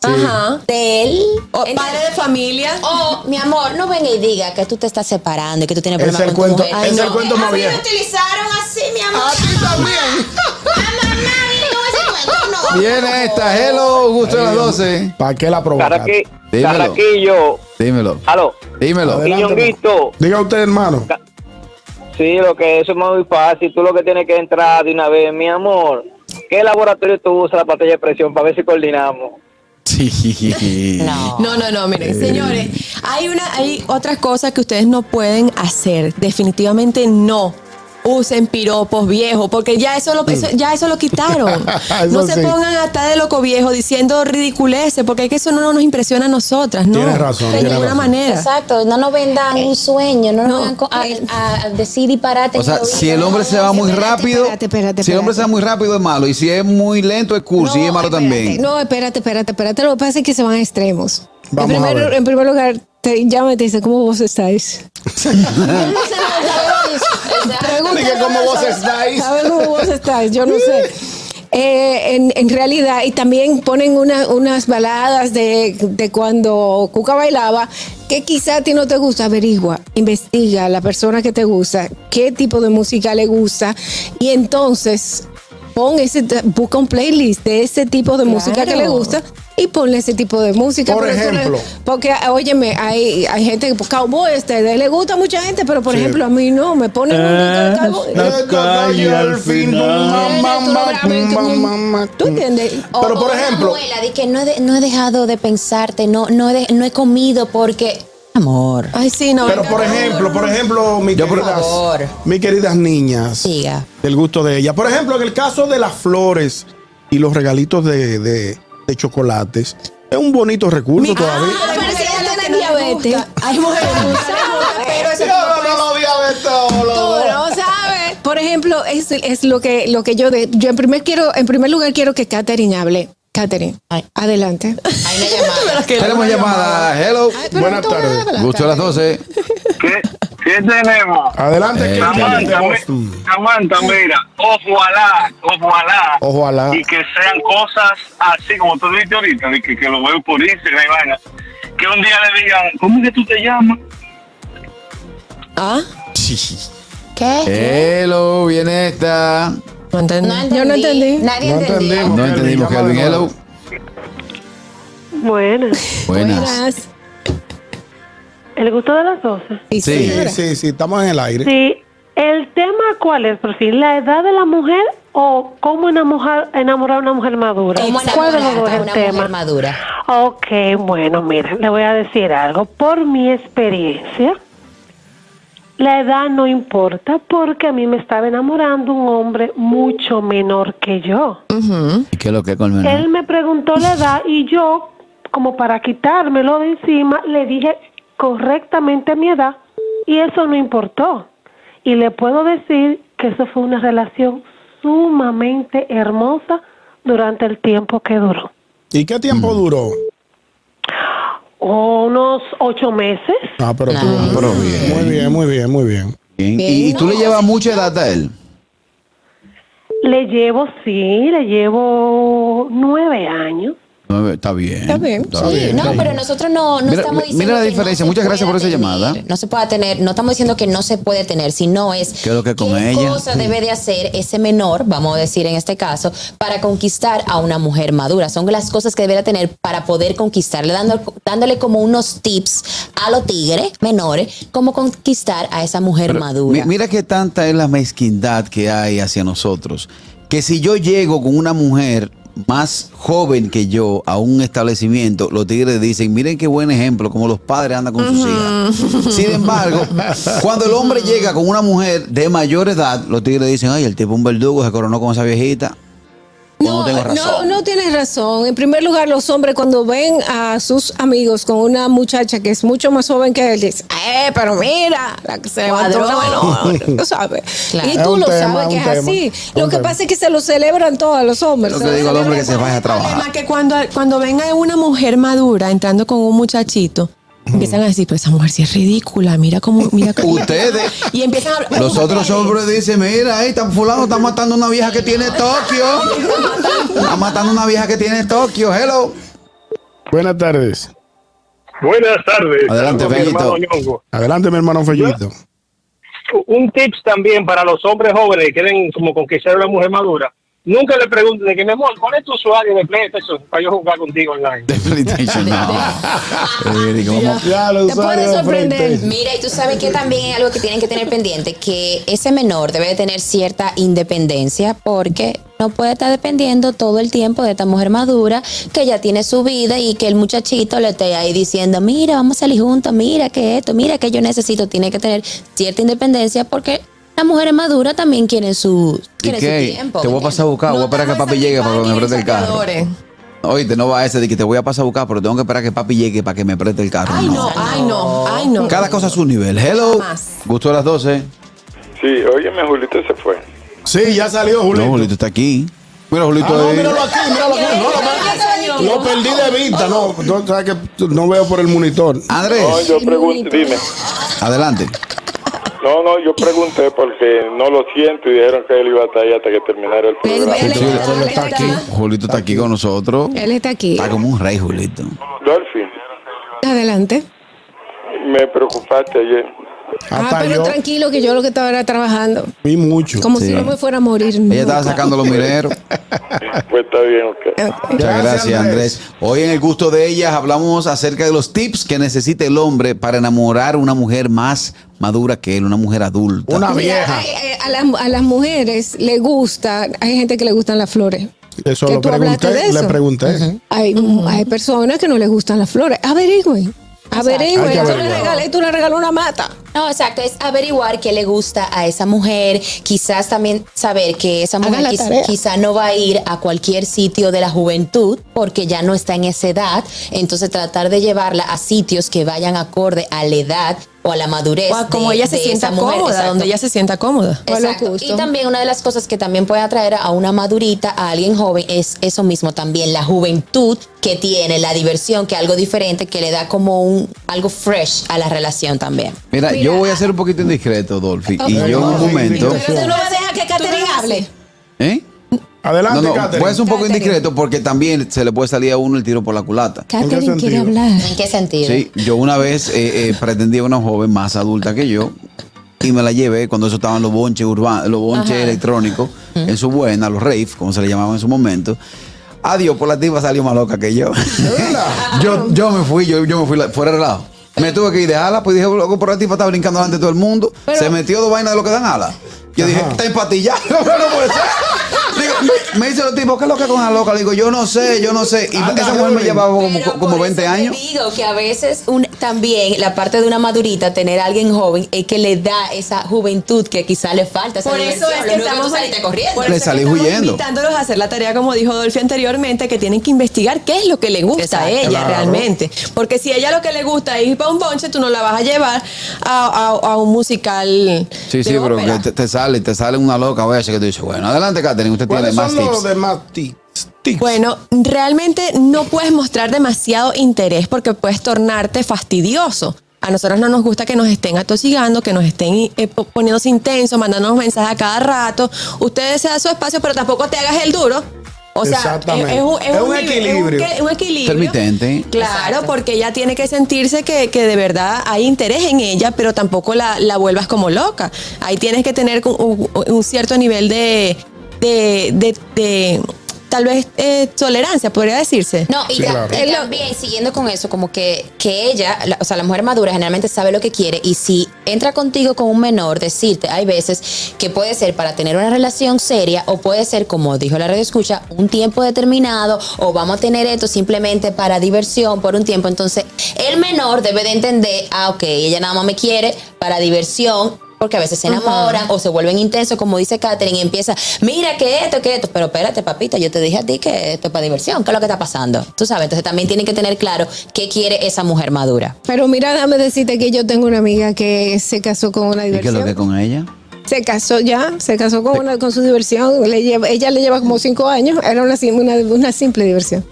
[SPEAKER 6] Ajá.
[SPEAKER 3] de él...
[SPEAKER 6] O
[SPEAKER 3] en-
[SPEAKER 6] padre de familia.
[SPEAKER 3] Oh, mi amor, no venga y diga que tú te estás separando y que tú tienes
[SPEAKER 5] Es
[SPEAKER 3] problemas
[SPEAKER 5] el
[SPEAKER 3] con tu
[SPEAKER 5] cuento-
[SPEAKER 3] mujer.
[SPEAKER 5] es
[SPEAKER 3] no.
[SPEAKER 5] el cuento más
[SPEAKER 3] A mí me
[SPEAKER 5] viejo.
[SPEAKER 3] utilizaron así, mi amor.
[SPEAKER 5] A ti también.
[SPEAKER 2] Viene esta. Hello, gusto de las 12.
[SPEAKER 5] ¿Para qué la provocar?
[SPEAKER 8] Caraqui-
[SPEAKER 2] Dímelo.
[SPEAKER 8] Carraquillo,
[SPEAKER 2] Dímelo.
[SPEAKER 8] aló,
[SPEAKER 2] Dímelo.
[SPEAKER 5] Adelante,
[SPEAKER 8] Quiñonguito.
[SPEAKER 5] Diga usted, hermano.
[SPEAKER 8] Sí, lo que eso es muy fácil. Tú lo que tienes que entrar de una vez, mi amor. ¿Qué laboratorio tú usas la pantalla de presión para ver si coordinamos?
[SPEAKER 2] Sí.
[SPEAKER 3] No.
[SPEAKER 6] No, no, no, miren, señores, hay una, hay otras cosas que ustedes no pueden hacer. Definitivamente no. Usen piropos viejos, porque ya eso lo eso- ya eso lo quitaron.
[SPEAKER 5] Eso
[SPEAKER 6] no se
[SPEAKER 5] sí.
[SPEAKER 6] pongan hasta de loco viejo diciendo ridiculeces, porque es que eso no nos impresiona a nosotras, ¿no?
[SPEAKER 5] Tienes razón,
[SPEAKER 6] De
[SPEAKER 5] tienes
[SPEAKER 6] ninguna
[SPEAKER 5] razón.
[SPEAKER 6] manera.
[SPEAKER 3] Exacto, no nos vendan un sueño, no
[SPEAKER 6] No.
[SPEAKER 3] nos vengan co- a, a decir disparate.
[SPEAKER 2] O
[SPEAKER 3] en
[SPEAKER 2] sea,
[SPEAKER 3] el oído,
[SPEAKER 2] si el
[SPEAKER 3] no,
[SPEAKER 2] hombre
[SPEAKER 3] no,
[SPEAKER 2] se va
[SPEAKER 3] no,
[SPEAKER 2] muy
[SPEAKER 4] espérate,
[SPEAKER 2] rápido,
[SPEAKER 4] espérate, espérate,
[SPEAKER 2] si el hombre se va
[SPEAKER 4] espérate.
[SPEAKER 2] muy rápido es malo y si es muy lento es cool, sí es malo
[SPEAKER 4] espérate,
[SPEAKER 2] también.
[SPEAKER 4] No, espérate, espérate, espérate. Lo que pasa es que se van a extremos.
[SPEAKER 5] Vamos
[SPEAKER 4] en,
[SPEAKER 5] a
[SPEAKER 4] primer,
[SPEAKER 5] ver.
[SPEAKER 4] en primer lugar, te llaman y te dicen, ¿cómo vos estáis? Pregúntale
[SPEAKER 5] Dije, ¿cómo
[SPEAKER 4] a
[SPEAKER 5] vos
[SPEAKER 4] ellos.
[SPEAKER 5] estáis?
[SPEAKER 4] ¿Saben cómo vos estáis? Yo no sé. Eh, en, en realidad, y también ponen una- unas baladas de, de cuando Cuca bailaba, que quizá a ti no te gusta, averigua, investiga a la persona que te gusta, qué tipo de música le gusta, y entonces pon ese, busca un playlist de ese tipo de música que le gusta y ponle ese tipo de música.
[SPEAKER 5] Por
[SPEAKER 4] Pero eso no es-
[SPEAKER 5] ejemplo.
[SPEAKER 4] porque, óyeme, hay, hay gente que, pues, cowboy, este, de- le gusta a mucha gente, pero por
[SPEAKER 5] Sí. Eh,
[SPEAKER 4] ejemplo, a mí no, me ponen un disco de cowboy.
[SPEAKER 5] La calle al final.
[SPEAKER 4] ¿Tú entiendes?
[SPEAKER 3] O-
[SPEAKER 5] Pero,
[SPEAKER 3] o
[SPEAKER 5] por
[SPEAKER 3] una
[SPEAKER 5] ejemplo-
[SPEAKER 3] abuela, di que no he, de- no he dejado de pensarte, no, no, he de- no he comido porque. Amor.
[SPEAKER 6] Ay, sí, no.
[SPEAKER 5] Pero
[SPEAKER 6] venga,
[SPEAKER 5] por
[SPEAKER 6] no,
[SPEAKER 5] ejemplo, por ejemplo, mis
[SPEAKER 2] Yo, por
[SPEAKER 5] queridas,
[SPEAKER 3] favor.
[SPEAKER 5] mis queridas niñas,
[SPEAKER 4] Ah,
[SPEAKER 3] Siga.
[SPEAKER 5] del gusto de ellas. Por ejemplo, en el caso de las flores y los regalitos de, de- de chocolates, es un bonito recurso todavía.
[SPEAKER 6] Ah,
[SPEAKER 4] Ay,
[SPEAKER 6] pero si
[SPEAKER 4] mujer,
[SPEAKER 6] ella
[SPEAKER 4] la que
[SPEAKER 6] tiene
[SPEAKER 4] no le
[SPEAKER 6] diabetes.
[SPEAKER 4] gusta.
[SPEAKER 6] Hay mujeres abusadas, pero eso no puede ser.
[SPEAKER 5] lo había visto.
[SPEAKER 4] Tú no sabes. Por ejemplo, es, es lo que lo que yo de, yo en primer quiero en primer lugar quiero que Katherine hable. Katherine,
[SPEAKER 3] Ay.
[SPEAKER 4] adelante.
[SPEAKER 3] Hay una llamada.
[SPEAKER 2] Tenemos llamada. Hello.
[SPEAKER 4] pero
[SPEAKER 5] Buenas
[SPEAKER 4] tú vas a
[SPEAKER 5] tardes.
[SPEAKER 4] hablar,
[SPEAKER 2] Gusto de las 12.
[SPEAKER 7] ¿Qué, qué tenemos?
[SPEAKER 5] Adelante,
[SPEAKER 2] Eh,
[SPEAKER 5] Kevin,
[SPEAKER 7] Samantha,
[SPEAKER 5] de
[SPEAKER 7] mi-
[SPEAKER 5] Boston.
[SPEAKER 7] Samantha, mira, ojalá, ojalá,
[SPEAKER 5] Ojalá.
[SPEAKER 7] y que sean cosas así como tú dijiste ahorita, de que, que lo veo por Instagram y vaina, que un día le digan, ¿cómo es que tú te llamas?
[SPEAKER 6] Ah,
[SPEAKER 3] ¿Qué?
[SPEAKER 2] Hello, viene esta.
[SPEAKER 4] Yo no entendí.
[SPEAKER 3] Nadie
[SPEAKER 5] No
[SPEAKER 3] entendió.
[SPEAKER 5] entendimos.
[SPEAKER 2] No
[SPEAKER 5] Kelvin,
[SPEAKER 2] entendimos,
[SPEAKER 5] llama de
[SPEAKER 2] Kelvin.
[SPEAKER 5] nuevo.
[SPEAKER 2] Hello.
[SPEAKER 9] Buenas.
[SPEAKER 2] Buenas.
[SPEAKER 9] El gusto de las 12.
[SPEAKER 2] Sí.
[SPEAKER 4] Sí,
[SPEAKER 5] Sí,
[SPEAKER 4] señora.
[SPEAKER 5] sí, sí, estamos en el aire.
[SPEAKER 9] Sí. ¿El tema cuál es, sí ¿La edad de la mujer o cómo enamorar, enamorar a una mujer madura?
[SPEAKER 3] ¿Cómo
[SPEAKER 9] ¿Cuál de los dos
[SPEAKER 3] enamorar
[SPEAKER 9] es
[SPEAKER 3] a
[SPEAKER 9] el
[SPEAKER 3] una
[SPEAKER 9] tema?
[SPEAKER 3] mujer madura?
[SPEAKER 9] Ok, bueno, mira, le voy a decir algo. Por mi experiencia, la edad no importa porque a mí me estaba enamorando un hombre mucho menor que yo.
[SPEAKER 2] ¿Y qué es lo que es con
[SPEAKER 9] Él me preguntó la edad y yo, como para quitármelo de encima, le dije correctamente mi edad y eso no importó. Y le puedo decir que eso fue una relación sumamente hermosa durante el tiempo que duró.
[SPEAKER 5] ¿Y qué tiempo
[SPEAKER 2] Mm.
[SPEAKER 5] duró?
[SPEAKER 9] Unos ocho meses.
[SPEAKER 5] Ah, pero tú.
[SPEAKER 2] Pero bien.
[SPEAKER 5] Muy bien, muy bien, muy bien.
[SPEAKER 2] Bien. ¿Y, y tú le llevas mucha edad a él?
[SPEAKER 9] Le llevo, sí, le llevo nueve años.
[SPEAKER 2] No, está bien.
[SPEAKER 4] Está bien.
[SPEAKER 3] Sí,
[SPEAKER 2] bien,
[SPEAKER 3] no,
[SPEAKER 2] está
[SPEAKER 3] pero
[SPEAKER 2] bien.
[SPEAKER 3] nosotros no, no
[SPEAKER 2] Mira-
[SPEAKER 3] estamos
[SPEAKER 2] mi-
[SPEAKER 3] diciendo.
[SPEAKER 2] mira la
[SPEAKER 3] que no
[SPEAKER 2] diferencia.
[SPEAKER 3] se
[SPEAKER 2] Muchas gracias
[SPEAKER 3] pueda
[SPEAKER 2] por esa
[SPEAKER 3] tener,
[SPEAKER 2] llamada.
[SPEAKER 3] No se pueda tener, no estamos diciendo que no se puede tener, sino es.
[SPEAKER 2] ¿Qué es lo que con
[SPEAKER 3] qué
[SPEAKER 2] ella?
[SPEAKER 3] cosa debe de hacer ese menor, vamos a decir en este caso, para conquistar a una mujer madura? Son las cosas que debería tener para poder conquistarle, dando- dándole como unos tips a los tigres menores, cómo conquistar a esa mujer
[SPEAKER 2] Pero
[SPEAKER 3] madura.
[SPEAKER 2] mi- mira qué tanta es la mezquindad que hay hacia nosotros. Que si yo llego con una mujer más joven que yo a un establecimiento, los tigres dicen, miren qué buen ejemplo, como los padres andan con sus hijas. Sin embargo, cuando el hombre llega con una mujer de mayor edad, los tigres dicen, ay, el tipo es un verdugo se coronó con esa viejita. Cuando
[SPEAKER 4] No,
[SPEAKER 2] tengo
[SPEAKER 4] no,
[SPEAKER 2] razón.
[SPEAKER 4] no tienes razón. En primer lugar, los hombres cuando ven a sus amigos con una muchacha que es mucho más joven que él, dicen, eh, pero mira, la que se levantó la mano, tú sabes.
[SPEAKER 3] Claro.
[SPEAKER 4] Y
[SPEAKER 5] Es
[SPEAKER 4] tú
[SPEAKER 5] un
[SPEAKER 4] lo
[SPEAKER 5] tema,
[SPEAKER 4] sabes
[SPEAKER 5] es
[SPEAKER 4] que es
[SPEAKER 5] un tema,
[SPEAKER 4] así.
[SPEAKER 5] es
[SPEAKER 4] Lo
[SPEAKER 5] un
[SPEAKER 4] que
[SPEAKER 5] tema.
[SPEAKER 4] pasa es que se lo celebran todos los hombres.
[SPEAKER 2] Lo que
[SPEAKER 4] ¿sabes?
[SPEAKER 2] digo al hombre que se vaya a
[SPEAKER 6] Además
[SPEAKER 2] trabajar.
[SPEAKER 6] que cuando, cuando venga una mujer madura entrando con un muchachito, empiezan a decir, pero esa mujer sí es ridícula, mira cómo, mira cómo.
[SPEAKER 2] Ustedes.
[SPEAKER 6] Y empiezan a hablar.
[SPEAKER 2] Los otros hombres dicen, mira, ahí está fulano, está matando una vieja que tiene Tokio. Está matando una vieja que tiene Tokio, hello.
[SPEAKER 5] Buenas tardes.
[SPEAKER 7] Buenas tardes.
[SPEAKER 2] Adelante,
[SPEAKER 7] Mi hermano
[SPEAKER 2] Fellito.
[SPEAKER 7] Ñongo.
[SPEAKER 5] Adelante, mi hermano Fellito.
[SPEAKER 7] un tips también para los hombres jóvenes que quieren como conquistar a una mujer madura. Nunca le pregunten de que, mi amor, ¿cuál es tu usuario de PlayStation para yo jugar contigo online?
[SPEAKER 2] De PlayStation, no. Eh, digo, vamos.
[SPEAKER 5] Ya lo
[SPEAKER 4] Te puede sorprender.
[SPEAKER 3] Mira, y tú sabes que también es algo que tienen que tener pendiente, que ese menor debe de tener cierta independencia porque no puede estar dependiendo todo el tiempo de esta mujer madura que ya tiene su vida y que el muchachito le esté ahí diciendo, mira, vamos a salir juntos, mira que esto, mira que yo necesito, tiene que tener cierta independencia porque las mujeres maduras también quieren su,
[SPEAKER 2] ¿Y
[SPEAKER 3] quieren
[SPEAKER 2] qué?
[SPEAKER 3] su tiempo.
[SPEAKER 2] Te voy a pasar a buscar, voy a esperar que papi llegue para que me preste el carro. Oíste, no va a ese de que te voy a pasar a buscar, pero tengo que esperar que papi llegue para que me preste el carro.
[SPEAKER 6] Ay, no, ay, no, ay, no.
[SPEAKER 2] Cada cosa a su nivel. Hello.
[SPEAKER 6] Jamás.
[SPEAKER 2] Gusto a las 12.
[SPEAKER 10] Sí, óyeme, Julito se fue.
[SPEAKER 5] Sí, ya salió, Julito.
[SPEAKER 2] No, Julito está aquí. Mira, Julito. eh.
[SPEAKER 5] Ah, no,
[SPEAKER 2] ahí.
[SPEAKER 5] míralo aquí, míralo aquí. No, lo, lo perdí de vista. No, no, sabes que no veo por el monitor.
[SPEAKER 2] Andrés,
[SPEAKER 10] No, yo pregunté, dime.
[SPEAKER 2] adelante.
[SPEAKER 10] No, no, yo pregunté porque no lo siento y dijeron que él iba a estar ahí hasta que terminara el programa.
[SPEAKER 4] Él
[SPEAKER 2] Sí,
[SPEAKER 4] está-
[SPEAKER 2] Julito
[SPEAKER 4] él está-
[SPEAKER 2] Julito está aquí con nosotros.
[SPEAKER 6] Eh,
[SPEAKER 4] Él está aquí.
[SPEAKER 2] Está como un rey, Julito.
[SPEAKER 10] Dolphy,
[SPEAKER 4] Adelante.
[SPEAKER 10] me preocupaste ayer.
[SPEAKER 4] Ah,
[SPEAKER 5] Hasta
[SPEAKER 4] pero
[SPEAKER 5] yo
[SPEAKER 4] tranquilo que yo lo que estaba era trabajando.
[SPEAKER 5] vi mucho.
[SPEAKER 4] Como
[SPEAKER 2] Sí.
[SPEAKER 4] si no me fuera a morir.
[SPEAKER 2] Ella estaba
[SPEAKER 4] nunca. Eh,
[SPEAKER 2] sacando los mineros. Ah.
[SPEAKER 10] Pues está bien, ok.
[SPEAKER 2] Muchas gracias, Andrés. Hoy en el gusto de ellas hablamos acerca de los tips que necesita el hombre para enamorar a una mujer más madura que él, una mujer adulta.
[SPEAKER 5] Una
[SPEAKER 4] Mira,
[SPEAKER 5] vieja.
[SPEAKER 6] eh,
[SPEAKER 4] hay- hay- eh, a, las, a las mujeres le gusta, hay gente que le gustan las flores.
[SPEAKER 5] Eso
[SPEAKER 4] ¿Que
[SPEAKER 5] lo
[SPEAKER 4] tú hablaste
[SPEAKER 5] pregunté,
[SPEAKER 4] de eso?
[SPEAKER 5] le pregunté.
[SPEAKER 4] Hay, hay personas que no les gustan las flores. Averigüen.
[SPEAKER 5] Hay que
[SPEAKER 4] Averigüen. Tú le
[SPEAKER 5] averiguar.
[SPEAKER 4] regalé, tú le regaló una mata.
[SPEAKER 3] No, exacto, es averiguar qué le gusta a esa mujer, quizás también saber que esa
[SPEAKER 4] Haga
[SPEAKER 3] mujer
[SPEAKER 4] la
[SPEAKER 3] quiz-
[SPEAKER 4] tarea.
[SPEAKER 3] quizá no va a ir a cualquier sitio de la juventud porque ya no está en esa edad, entonces tratar de llevarla a sitios que vayan acorde a la edad o a la madurez.
[SPEAKER 6] O a como
[SPEAKER 3] de-
[SPEAKER 6] ella se
[SPEAKER 3] de
[SPEAKER 6] sienta
[SPEAKER 3] esa mujer,
[SPEAKER 6] cómoda,
[SPEAKER 3] exacto.
[SPEAKER 6] donde ella se sienta cómoda.
[SPEAKER 4] O a lo
[SPEAKER 3] Exacto.
[SPEAKER 4] justo.
[SPEAKER 3] Y también una de las cosas que también puede atraer a una madurita, a alguien joven, es eso mismo también, la juventud que tiene, la diversión, que es algo diferente, que le da como un algo fresh a la relación también.
[SPEAKER 2] Mira, yo voy a ser un poquito indiscreto, Dolphy. Y yo en un momento.
[SPEAKER 5] Pero tú
[SPEAKER 4] no vas a dejar que Catherine hable.
[SPEAKER 2] ¿Eh? No,
[SPEAKER 5] Adelante,
[SPEAKER 2] no, pues
[SPEAKER 5] Catherine.
[SPEAKER 2] voy a ser un poco indiscreto porque también se le puede salir a uno el tiro por la culata.
[SPEAKER 4] Catherine quiere
[SPEAKER 5] sentido?
[SPEAKER 4] hablar.
[SPEAKER 3] ¿En qué sentido?
[SPEAKER 2] Sí, yo una vez eh, eh, pretendí a una joven más adulta que yo y me la llevé cuando eso estaban los bonches urbanos, los bonches electrónicos, en su buena, los rave, como se le llamaban en su momento. Adiós, por la tipa salió más loca que yo. yo, yo me fui, yo, yo me fui la- fuera de lado. Me tuve que ir de ala, pues dije, loco, por la tipa está brincando delante de todo el mundo. se metió dos vainas de lo que dan ala. Yo dije, está empatillado, no puede ser. Digo, me dice los tipos, ¿qué es lo que con la loca? Le digo, yo no sé, yo no sé. Y
[SPEAKER 5] Anda,
[SPEAKER 2] esa mujer me
[SPEAKER 5] Rubén.
[SPEAKER 2] llevaba como,
[SPEAKER 3] Pero
[SPEAKER 2] como
[SPEAKER 3] por
[SPEAKER 2] 20
[SPEAKER 3] eso te
[SPEAKER 2] años.
[SPEAKER 3] digo que a veces un, también la parte de una madurita, tener a alguien joven, es que le da esa juventud que quizá le falta. esa
[SPEAKER 6] Por eso
[SPEAKER 3] diversión.
[SPEAKER 6] es
[SPEAKER 3] Lo
[SPEAKER 6] que
[SPEAKER 3] único
[SPEAKER 6] estamos
[SPEAKER 3] tú saliste corriendo.
[SPEAKER 6] por eso es que
[SPEAKER 2] salí
[SPEAKER 6] estamos
[SPEAKER 2] huyendo.
[SPEAKER 6] Invitándolos a hacer la tarea, como dijo Dolphy anteriormente, que tienen que investigar qué es lo que le gusta
[SPEAKER 3] Exacto.
[SPEAKER 6] a ella
[SPEAKER 5] Claro.
[SPEAKER 6] realmente. Porque si a ella lo que le gusta es ir para un bonche, tú no la vas a llevar a, a- a un musical.
[SPEAKER 2] Sí,
[SPEAKER 6] de
[SPEAKER 2] sí, pero
[SPEAKER 6] ópera.
[SPEAKER 2] que te, te sale, te sale una loca a veces que tú dices, bueno, adelante, Katherine, usted tiene
[SPEAKER 5] ¿Cuáles
[SPEAKER 2] más
[SPEAKER 5] son los
[SPEAKER 2] tips.
[SPEAKER 5] demás tips? tips?
[SPEAKER 6] Bueno, realmente no puedes mostrar demasiado interés porque puedes tornarte fastidioso. A nosotros no nos gusta que nos estén atosigando, que nos estén eh, po- poniéndose intensos, mandándonos mensajes a cada rato. Ustedes se da su espacio, pero tampoco te hagas el duro. O sea, es- es,
[SPEAKER 5] Exactable.
[SPEAKER 6] un, es
[SPEAKER 5] Es
[SPEAKER 6] un
[SPEAKER 5] un
[SPEAKER 6] nivel- es
[SPEAKER 5] equilibrio.
[SPEAKER 6] un que- un equilibrio.
[SPEAKER 2] Intermitente.
[SPEAKER 6] Claro, porque ella tiene que sentirse que, que de verdad hay interés en ella, pero tampoco la, la vuelvas como loca. Ahí tienes que tener un, un- un cierto nivel de, de, de- de tal vez eh, tolerancia, podría decirse.
[SPEAKER 3] No, y,
[SPEAKER 6] Sí,
[SPEAKER 3] ta-
[SPEAKER 6] claro.
[SPEAKER 3] y
[SPEAKER 6] Es lo-
[SPEAKER 3] también siguiendo con eso, como que, que ella, la- o sea, la mujer madura generalmente sabe lo que quiere y si entra contigo con un menor, decirte, hay veces que puede ser para tener una relación seria o puede ser, como dijo la radio escucha, un tiempo determinado o vamos a tener esto simplemente para diversión por un tiempo. Entonces, el menor debe de entender, ah, ok, ella nada más me quiere para diversión. Porque a veces se
[SPEAKER 6] Ajá.
[SPEAKER 3] enamoran o se vuelven intensos, como dice Katherine, y empieza, mira que esto, que esto. Pero espérate, papita, yo te dije a ti que esto es para diversión, ¿qué es lo que está pasando? Tú sabes, entonces también tienen que tener claro qué quiere esa mujer madura.
[SPEAKER 4] Pero mira, déjame decirte que yo tengo una amiga que se casó con una
[SPEAKER 2] ¿Y qué es
[SPEAKER 4] diversión.
[SPEAKER 2] lo que con ella?
[SPEAKER 4] Se casó ya, se casó con una con su diversión. Le lleva- ella le lleva como cinco años. Era una, sim- una, una simple diversión.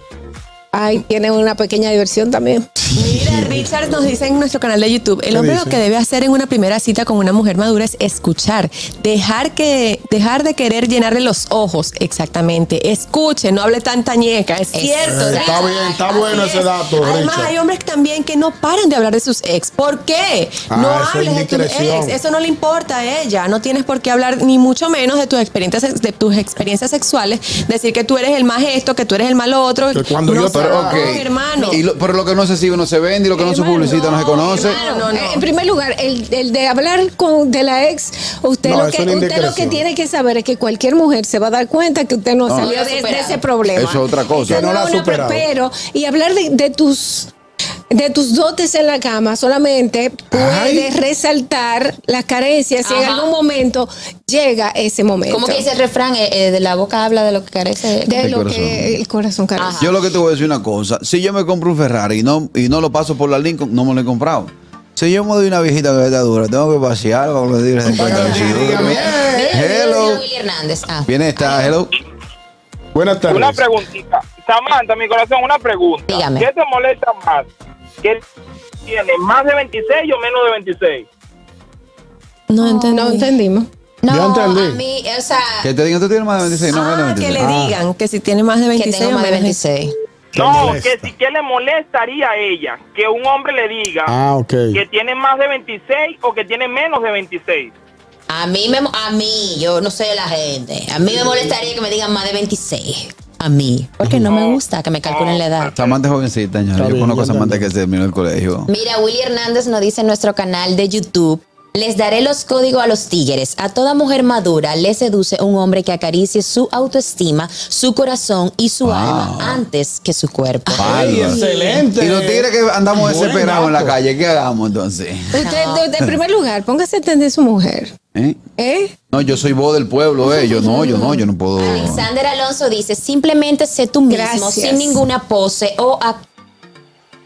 [SPEAKER 4] Ay, tiene una pequeña diversión también.
[SPEAKER 6] Mira, Richard nos dice en nuestro canal de YouTube, el hombre lo
[SPEAKER 4] dice?
[SPEAKER 6] que debe hacer en una primera cita con una mujer madura es escuchar, dejar que dejar de querer llenarle los ojos, exactamente. Escuche, no hable tanta ñeca, es cierto.
[SPEAKER 5] Eh, está
[SPEAKER 6] Richard.
[SPEAKER 5] bien, está
[SPEAKER 6] Así
[SPEAKER 5] bueno ese dato,
[SPEAKER 6] Además,
[SPEAKER 5] Richard.
[SPEAKER 6] hay hombres también que no paran de hablar de sus ex. ¿Por qué?
[SPEAKER 5] Ah,
[SPEAKER 6] no
[SPEAKER 5] eso es
[SPEAKER 6] hables de tu
[SPEAKER 5] indiscreción.
[SPEAKER 6] ex, eso no le importa a ella. No tienes por qué hablar ni mucho menos de tus experiencias de tus experiencias sexuales, decir que tú eres el más esto, que tú eres el mal otro. no sé,
[SPEAKER 2] pero,
[SPEAKER 6] no,
[SPEAKER 2] ok.
[SPEAKER 6] hermano.
[SPEAKER 2] Y lo- pero lo que no se sirve no se vende y lo que no se publicita no se conoce.
[SPEAKER 4] Eh, En primer lugar, el, el de hablar con, de la ex, usted,
[SPEAKER 2] No,
[SPEAKER 4] lo
[SPEAKER 2] es
[SPEAKER 4] que,
[SPEAKER 2] una
[SPEAKER 4] usted lo que
[SPEAKER 2] indiscreción.
[SPEAKER 4] tiene que saber es que cualquier mujer se va a dar cuenta que usted no,
[SPEAKER 2] No.
[SPEAKER 4] salió de, de ese problema.
[SPEAKER 2] Eso es otra cosa.
[SPEAKER 4] Esa
[SPEAKER 2] Que no la ha
[SPEAKER 4] es una-
[SPEAKER 2] superado.
[SPEAKER 4] Pero, y hablar de, de tus de tus dotes en la cama solamente puede resaltar las carencias si en
[SPEAKER 3] Ajá.
[SPEAKER 4] algún momento llega ese momento.
[SPEAKER 3] ¿Cómo que dice el refrán? Eh, eh, de la boca habla de lo que carece.
[SPEAKER 4] De
[SPEAKER 2] Del
[SPEAKER 4] lo
[SPEAKER 2] corazón.
[SPEAKER 4] que el corazón carece.
[SPEAKER 2] Yo lo que te voy a decir una cosa. Si yo me compro un Ferrari y no, y no lo paso por la Lincoln, no me lo he comprado. Si yo me doy una viejita que está dura, tengo que pasear con los libros de cuenta. Hello.
[SPEAKER 3] Willy Hernández. Ah.
[SPEAKER 2] Viene esta, hello.
[SPEAKER 5] Buenas
[SPEAKER 7] Una preguntita. Samantha, mi corazón, una pregunta.
[SPEAKER 2] Dígame.
[SPEAKER 7] ¿Qué te molesta más? ¿Que tiene más de 26 o menos de 26?
[SPEAKER 6] No,
[SPEAKER 4] entendimos.
[SPEAKER 3] No,
[SPEAKER 2] Yo entendí.
[SPEAKER 3] a mí, o sea,
[SPEAKER 2] Que te digan, tú tienes más de 26, Este, no más de
[SPEAKER 6] Ah, que
[SPEAKER 2] 26.
[SPEAKER 6] le digan que si tiene más de 26
[SPEAKER 3] tengo
[SPEAKER 6] o
[SPEAKER 3] más de
[SPEAKER 6] menos
[SPEAKER 3] 26.
[SPEAKER 7] No, que si que le molestaría a ella que un hombre le diga
[SPEAKER 5] Ah, ok.
[SPEAKER 7] que tiene más de 26 o que tiene menos de 26.
[SPEAKER 3] a mí, me, mo- a mí, yo no sé de la gente. A mí me molestaría que me digan más de 26. A mí. Porque no me gusta que me calculen la edad.
[SPEAKER 2] Samantha es Ah, jovencita, señora.
[SPEAKER 5] Está
[SPEAKER 2] Yo
[SPEAKER 5] bien,
[SPEAKER 2] conozco a
[SPEAKER 5] ya
[SPEAKER 2] Samantha que se terminó el colegio.
[SPEAKER 3] Mira, Willy Hernández nos dice en nuestro canal de YouTube. Les daré los códigos a los tigres. A toda mujer madura le seduce un hombre que acaricie su autoestima, su corazón y su alma antes que su cuerpo.
[SPEAKER 5] Ah.
[SPEAKER 2] Ay,
[SPEAKER 5] excelente.
[SPEAKER 2] Y los tigres que ah, andamos
[SPEAKER 5] Buen
[SPEAKER 2] desesperados en la
[SPEAKER 5] dato.
[SPEAKER 2] calle, ¿qué hagamos entonces?
[SPEAKER 4] Usted, de- de- en primer lugar, póngase a entender su mujer.
[SPEAKER 2] ¿Eh?
[SPEAKER 4] ¿Eh?
[SPEAKER 2] No, yo soy voz del pueblo, eh. Yo no, yo no, yo no puedo.
[SPEAKER 3] Alexander Alonso dice, simplemente sé tú mismo,
[SPEAKER 4] Gracias.
[SPEAKER 3] sin ninguna pose o ac-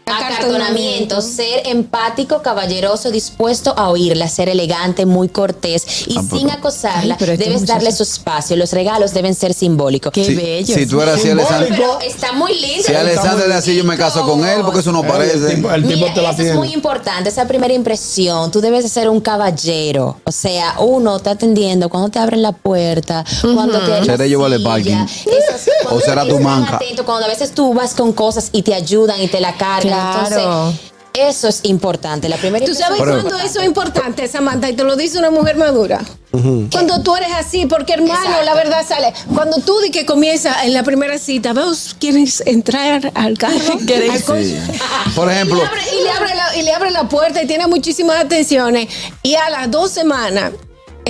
[SPEAKER 4] Acartonamiento.
[SPEAKER 3] acartonamiento, ser empático, caballeroso, dispuesto a oírla, ser elegante, muy cortés y sin acosarla,
[SPEAKER 6] Ay, pero este
[SPEAKER 3] debes
[SPEAKER 6] muchacho.
[SPEAKER 3] darle su espacio, los regalos deben ser simbólicos.
[SPEAKER 6] Qué
[SPEAKER 2] Si-
[SPEAKER 6] bello.
[SPEAKER 2] si tú eres así,
[SPEAKER 3] Pero
[SPEAKER 2] Alexander-
[SPEAKER 3] está muy lindo.
[SPEAKER 2] Si Alexander es así, yo me caso con él porque eso no
[SPEAKER 5] El
[SPEAKER 2] parece.
[SPEAKER 5] tipo, el tipo
[SPEAKER 3] Mira,
[SPEAKER 5] te la
[SPEAKER 3] eso es muy
[SPEAKER 5] tiene.
[SPEAKER 3] importante, esa primera impresión. Tú debes de ser un caballero. O sea, uno está atendiendo cuando te abren la puerta, cuando te la
[SPEAKER 2] Seré yo, vale,
[SPEAKER 3] silla,
[SPEAKER 2] parking.
[SPEAKER 3] esas- cuando
[SPEAKER 2] será tu
[SPEAKER 3] están
[SPEAKER 2] manca.
[SPEAKER 3] atentos, cuando a veces tú vas con cosas y te ayudan y te la cargan.
[SPEAKER 6] Claro.
[SPEAKER 3] Entonces, eso es importante. La primera
[SPEAKER 4] ¿Tú sabes
[SPEAKER 2] Pero-
[SPEAKER 4] cuándo eso es importante, Samantha? Y te lo dice una mujer madura. Cuando tú eres así, porque hermano,
[SPEAKER 3] Exacto.
[SPEAKER 4] la verdad sale. Cuando tú di que comienza en la primera cita, vos quieres entrar al carro,
[SPEAKER 6] ¿Quieres?
[SPEAKER 4] al coche,
[SPEAKER 2] Sí. Por ejemplo,
[SPEAKER 4] y, le abre, y le abre la, y le abre la puerta y tiene muchísimas atenciones. Y a las dos semanas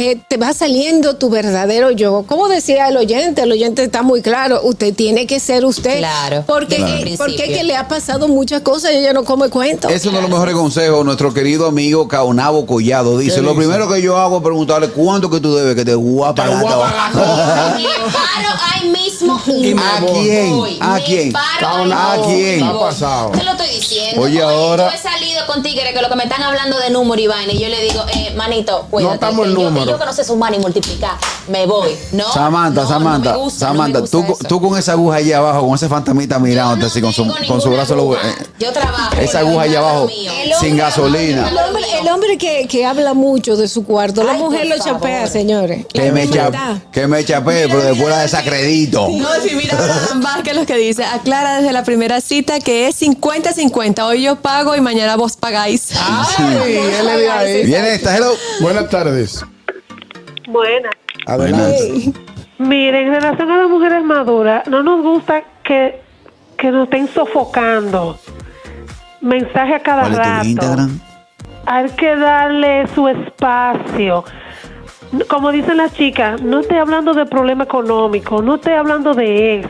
[SPEAKER 4] eh, te va saliendo tu verdadero yo. Como decía el oyente, el oyente está muy claro, usted tiene que ser usted.
[SPEAKER 3] Claro,
[SPEAKER 4] Porque,
[SPEAKER 3] desde
[SPEAKER 4] eh,
[SPEAKER 3] el
[SPEAKER 4] porque es
[SPEAKER 3] principio.
[SPEAKER 4] que le ha pasado muchas cosas y ella no come cuento.
[SPEAKER 2] es uno de los mejores consejos. Nuestro querido amigo Caonabo Collado dice: Lo
[SPEAKER 5] dice?
[SPEAKER 2] primero que yo hago es preguntarle cuánto que tú debes que te guapa.
[SPEAKER 5] Te voy a pagar todo.
[SPEAKER 3] Me paro ahí mismo y
[SPEAKER 5] Y me
[SPEAKER 2] ¿A
[SPEAKER 3] me
[SPEAKER 5] voy.
[SPEAKER 2] quién?
[SPEAKER 3] voy.
[SPEAKER 2] ¿A
[SPEAKER 3] Me
[SPEAKER 2] quién?
[SPEAKER 3] paro ahí
[SPEAKER 2] ¿A
[SPEAKER 3] mismo y
[SPEAKER 2] quién?
[SPEAKER 3] me
[SPEAKER 5] Está
[SPEAKER 3] voy.
[SPEAKER 5] pasado.
[SPEAKER 3] Te lo estoy diciendo.
[SPEAKER 2] Oye, ahora-
[SPEAKER 3] Yo he salido con tigres que lo que me están hablando de número y vaina. Y yo le digo, eh, manito, cuídate.
[SPEAKER 5] estamos en
[SPEAKER 3] que yo,
[SPEAKER 5] número.
[SPEAKER 3] que yo que no sé sumar ni multiplicar, me voy. No.
[SPEAKER 2] Samantha,
[SPEAKER 3] no, no
[SPEAKER 2] Samantha,
[SPEAKER 3] me gusta, no me
[SPEAKER 2] Samantha,
[SPEAKER 3] gusta
[SPEAKER 2] tú,
[SPEAKER 3] eso.
[SPEAKER 2] tú con esa aguja allá abajo, con ese fantamita mirándote
[SPEAKER 3] no
[SPEAKER 2] así con su,
[SPEAKER 3] tengo
[SPEAKER 2] con su
[SPEAKER 3] ninguna
[SPEAKER 2] brazo. lo-
[SPEAKER 3] aguja.
[SPEAKER 2] eh,
[SPEAKER 3] Yo trabajo,
[SPEAKER 2] Esa
[SPEAKER 3] yo
[SPEAKER 2] aguja allá
[SPEAKER 3] trabajo
[SPEAKER 2] abajo,
[SPEAKER 3] mío.
[SPEAKER 2] sin
[SPEAKER 4] hombre-
[SPEAKER 2] gasolina.
[SPEAKER 4] El hombre, el hombre que, que habla mucho de su cuarto, la
[SPEAKER 3] Ay,
[SPEAKER 4] mujer
[SPEAKER 3] por
[SPEAKER 4] lo chapea,
[SPEAKER 3] favor.
[SPEAKER 4] señores.
[SPEAKER 2] Que
[SPEAKER 4] La
[SPEAKER 2] me,
[SPEAKER 4] verdad.
[SPEAKER 2] cha- que me chapé, pero después la desacredito.
[SPEAKER 6] No, si mira Abraham Vázquez lo que dice, aclara desde la primera cita que es 50-50. Hoy yo pago y mañana vos pagáis.
[SPEAKER 5] Sí, él le dio ahí.
[SPEAKER 2] Viene esta, hello.
[SPEAKER 5] Buenas tardes.
[SPEAKER 9] Buenas.
[SPEAKER 5] Adelante.
[SPEAKER 9] Mire, en relación a las mujeres maduras, no nos gusta que, que nos estén sofocando. Mensaje a cada
[SPEAKER 2] ¿Cuál es tu
[SPEAKER 9] rato.
[SPEAKER 2] Instagram?
[SPEAKER 9] Hay que darle su espacio. Como dicen las chicas, no estoy hablando de problema económico, no estoy hablando de ex.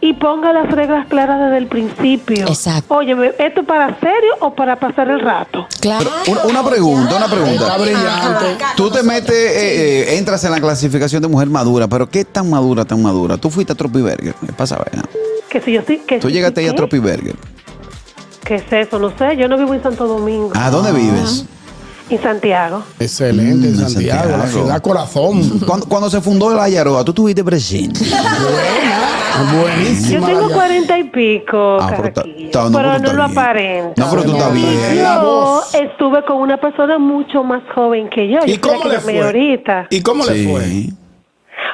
[SPEAKER 9] Y ponga las reglas claras desde el principio.
[SPEAKER 3] Exacto.
[SPEAKER 9] Óyeme, ¿esto es para serio o para pasar el rato?
[SPEAKER 3] Claro.
[SPEAKER 2] Una, una pregunta,
[SPEAKER 3] Ah,
[SPEAKER 2] una pregunta. Tú te metes, eh, eh, entras en la clasificación de mujer madura, pero ¿qué tan madura, tan madura? Tú fuiste a Tropi Burger, ¿qué pasa? vaina?
[SPEAKER 9] Que si yo sí, que
[SPEAKER 2] Tú
[SPEAKER 9] si-
[SPEAKER 2] llegaste ahí a
[SPEAKER 9] ¿qué?
[SPEAKER 2] Tropi Burger.
[SPEAKER 9] ¿Qué es eso? No sé, yo no vivo en Santo Domingo.
[SPEAKER 2] ¿A dónde vives?
[SPEAKER 9] En Santiago.
[SPEAKER 2] Mm,
[SPEAKER 5] Excelente, Ah, en Santiago, la
[SPEAKER 2] Santiago.
[SPEAKER 5] ciudad corazón.
[SPEAKER 2] Cuando, cuando se fundó la Yaroa, tú estuviste presente.
[SPEAKER 5] Buenísima.
[SPEAKER 9] Yo tengo
[SPEAKER 5] la-
[SPEAKER 9] cuarenta y pico,
[SPEAKER 2] Ah, pero ta-
[SPEAKER 9] Carraquillo,
[SPEAKER 2] ta- no, pero
[SPEAKER 9] pero
[SPEAKER 2] tú
[SPEAKER 9] no
[SPEAKER 2] estás
[SPEAKER 9] lo
[SPEAKER 2] bien.
[SPEAKER 9] aparenta.
[SPEAKER 2] No, pero tú estás bien.
[SPEAKER 5] La
[SPEAKER 9] Yo
[SPEAKER 5] voz.
[SPEAKER 9] estuve con una persona mucho más joven que yo.
[SPEAKER 5] ¿Y
[SPEAKER 9] Yo
[SPEAKER 5] cómo le fue?
[SPEAKER 9] ahorita.
[SPEAKER 5] ¿Y cómo le fue?
[SPEAKER 2] Sí.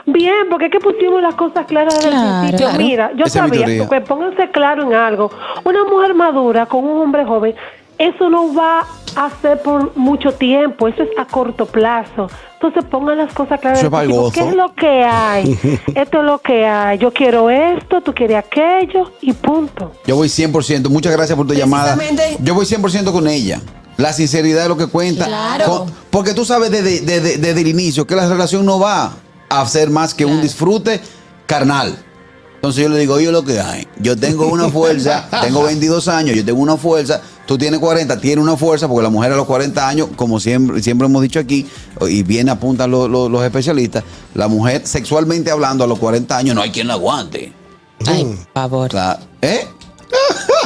[SPEAKER 9] Bien, porque es que pusimos las cosas claras desde
[SPEAKER 3] Claro,
[SPEAKER 9] el principio.
[SPEAKER 3] claro.
[SPEAKER 9] Mira, yo
[SPEAKER 2] Esa es mi teoría.
[SPEAKER 9] sabía, que pónganse claro en algo. Una mujer madura con un hombre joven, eso no va a ser por mucho tiempo, eso es a corto plazo. Entonces pongan las cosas claras.
[SPEAKER 2] Eso es
[SPEAKER 9] desde el principio. ¿Qué
[SPEAKER 2] valioso.
[SPEAKER 9] es lo que hay? esto es lo que hay. Yo quiero esto, tú quieres aquello y punto.
[SPEAKER 2] Yo voy 100%. Muchas gracias por tu llamada.
[SPEAKER 6] Precisamente.
[SPEAKER 2] Yo voy 100% con ella. La sinceridad es lo que cuenta.
[SPEAKER 3] Claro.
[SPEAKER 2] Con- porque tú sabes desde, desde- desde el inicio que la relación no va a ser más que un disfrute carnal. Entonces yo le digo, yo lo que hay. Yo tengo una fuerza, tengo 22 años, yo tengo una fuerza. Tú tienes 40, tienes una fuerza, porque la mujer a los 40 años, como siempre, siempre hemos dicho aquí, y bien apuntan lo- lo- los especialistas, la mujer sexualmente hablando a los 40 años no hay quien la aguante.
[SPEAKER 3] Ay, por favor.
[SPEAKER 2] Claro. ¿Eh?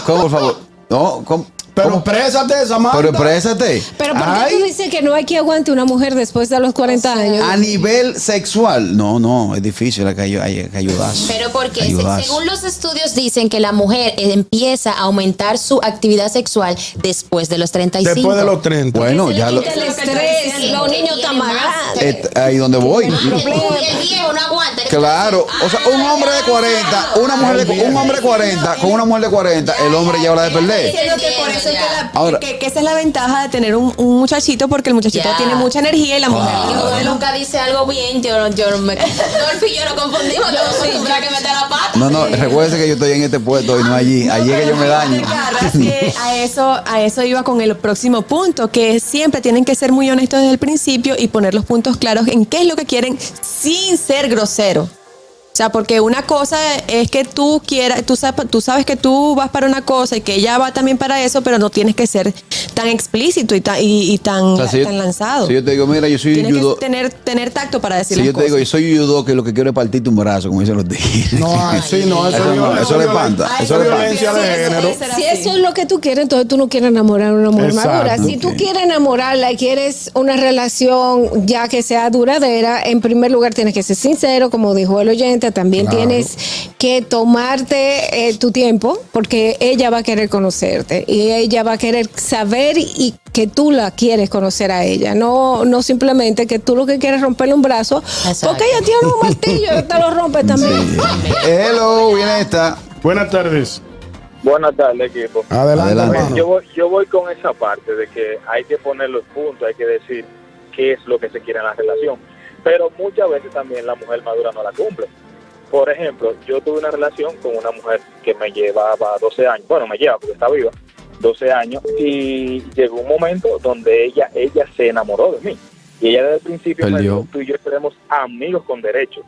[SPEAKER 2] ¿Cómo, por favor? No, ¿cómo?
[SPEAKER 5] Pero
[SPEAKER 2] ¿Cómo?
[SPEAKER 5] présate, Samantha.
[SPEAKER 2] Pero exprésate.
[SPEAKER 4] Pero ¿por qué tú dices que no hay que aguante una mujer después de los 40 años?
[SPEAKER 2] A nivel sexual. No, no, es difícil, hay que, ayu- hay que ayudar.
[SPEAKER 3] Pero porque se-
[SPEAKER 2] Ayudar.
[SPEAKER 3] según los estudios dicen que la mujer eh, empieza a aumentar su actividad sexual después de los 35.
[SPEAKER 5] Después de los 30.
[SPEAKER 2] Bueno, ya lo...
[SPEAKER 6] el estrés, los niños tan grandes.
[SPEAKER 2] Eh, ahí donde voy.
[SPEAKER 3] El viejo no aguanta.
[SPEAKER 2] Claro, o sea,
[SPEAKER 3] ah,
[SPEAKER 2] un hombre de 40, una mujer de, un hombre de 40, con una mujer de 40, el hombre ya habla de perder.
[SPEAKER 6] Diciendo que por eso es que, la-
[SPEAKER 2] Ahora-
[SPEAKER 6] que- que esa es la ventaja de tener un, un muchachito porque el muchachito
[SPEAKER 3] Ya.
[SPEAKER 6] tiene mucha energía y la
[SPEAKER 2] Ah,
[SPEAKER 6] mujer
[SPEAKER 3] Cuando él nunca dice algo bien, yo, yo no me. Dolphy y yo lo confundimos. Yo sí, que meter la pata.
[SPEAKER 2] No, no, recuérdese que yo estoy en este puesto y no allí. Allí es que yo me daño.
[SPEAKER 6] Carras, que a eso a eso iba con el próximo punto que siempre tienen que ser muy honestos desde el principio y poner los puntos claros en qué es lo que quieren sin ser grosero o sea porque una cosa es que tú quieras tú sabes tú sabes que tú vas para una cosa y que ella va también para eso pero no tienes que ser tan explícito y tan y, y tan,
[SPEAKER 2] O sea, si yo-
[SPEAKER 6] tan lanzado
[SPEAKER 2] Si yo te digo, mira, yo soy un
[SPEAKER 6] tienes que
[SPEAKER 2] judo.
[SPEAKER 6] tener tener tacto para decir
[SPEAKER 2] Si
[SPEAKER 6] las
[SPEAKER 2] yo te digo,
[SPEAKER 6] cosas.
[SPEAKER 2] yo soy un judo que lo que quiero es partirte un brazo, como dicen los tigres.
[SPEAKER 5] No, ay, sí, no, eso,
[SPEAKER 2] Eso no,
[SPEAKER 5] es violencia.
[SPEAKER 2] eso le espanta,
[SPEAKER 6] Ay,
[SPEAKER 2] eso le
[SPEAKER 6] yo
[SPEAKER 2] espanta.
[SPEAKER 5] violencia
[SPEAKER 6] prefiero
[SPEAKER 5] de
[SPEAKER 6] que eso
[SPEAKER 5] género.
[SPEAKER 6] puede ser
[SPEAKER 4] Si
[SPEAKER 6] así.
[SPEAKER 4] eso es lo que tú quieres, entonces tú no quieres enamorar a una mujer
[SPEAKER 5] Exacto,
[SPEAKER 4] madura. Si tú
[SPEAKER 2] ok.
[SPEAKER 4] quieres enamorar, la quieres una relación ya que sea duradera, en primer lugar tienes que ser sincero, como dijo el oyente, también
[SPEAKER 5] Claro.
[SPEAKER 4] tienes que tomarte eh, tu tiempo, porque ella va a querer conocerte y ella va a querer saber y que tú la quieres conocer a ella, no, no simplemente que tú lo que quieres es romperle un brazo,
[SPEAKER 3] Exacto.
[SPEAKER 4] porque ella tiene un martillo, te lo rompe también.
[SPEAKER 2] Hello, viene esta.
[SPEAKER 5] Buenas tardes.
[SPEAKER 10] Buenas tardes, equipo.
[SPEAKER 5] Adelante,
[SPEAKER 2] Adelante.
[SPEAKER 5] hermano.
[SPEAKER 10] Yo voy, yo voy con esa parte de que hay que poner los puntos, hay que decir qué es lo que se quiere en la relación. Pero muchas veces también la mujer madura no la cumple. Por ejemplo, yo tuve una relación con una mujer que me llevaba 12 años, bueno, me lleva porque está viva, 12 años, y llegó un momento donde ella ella se enamoró de mí. Y ella desde el principio me
[SPEAKER 2] Perdió.
[SPEAKER 10] dijo, tú y yo seremos amigos con derecho.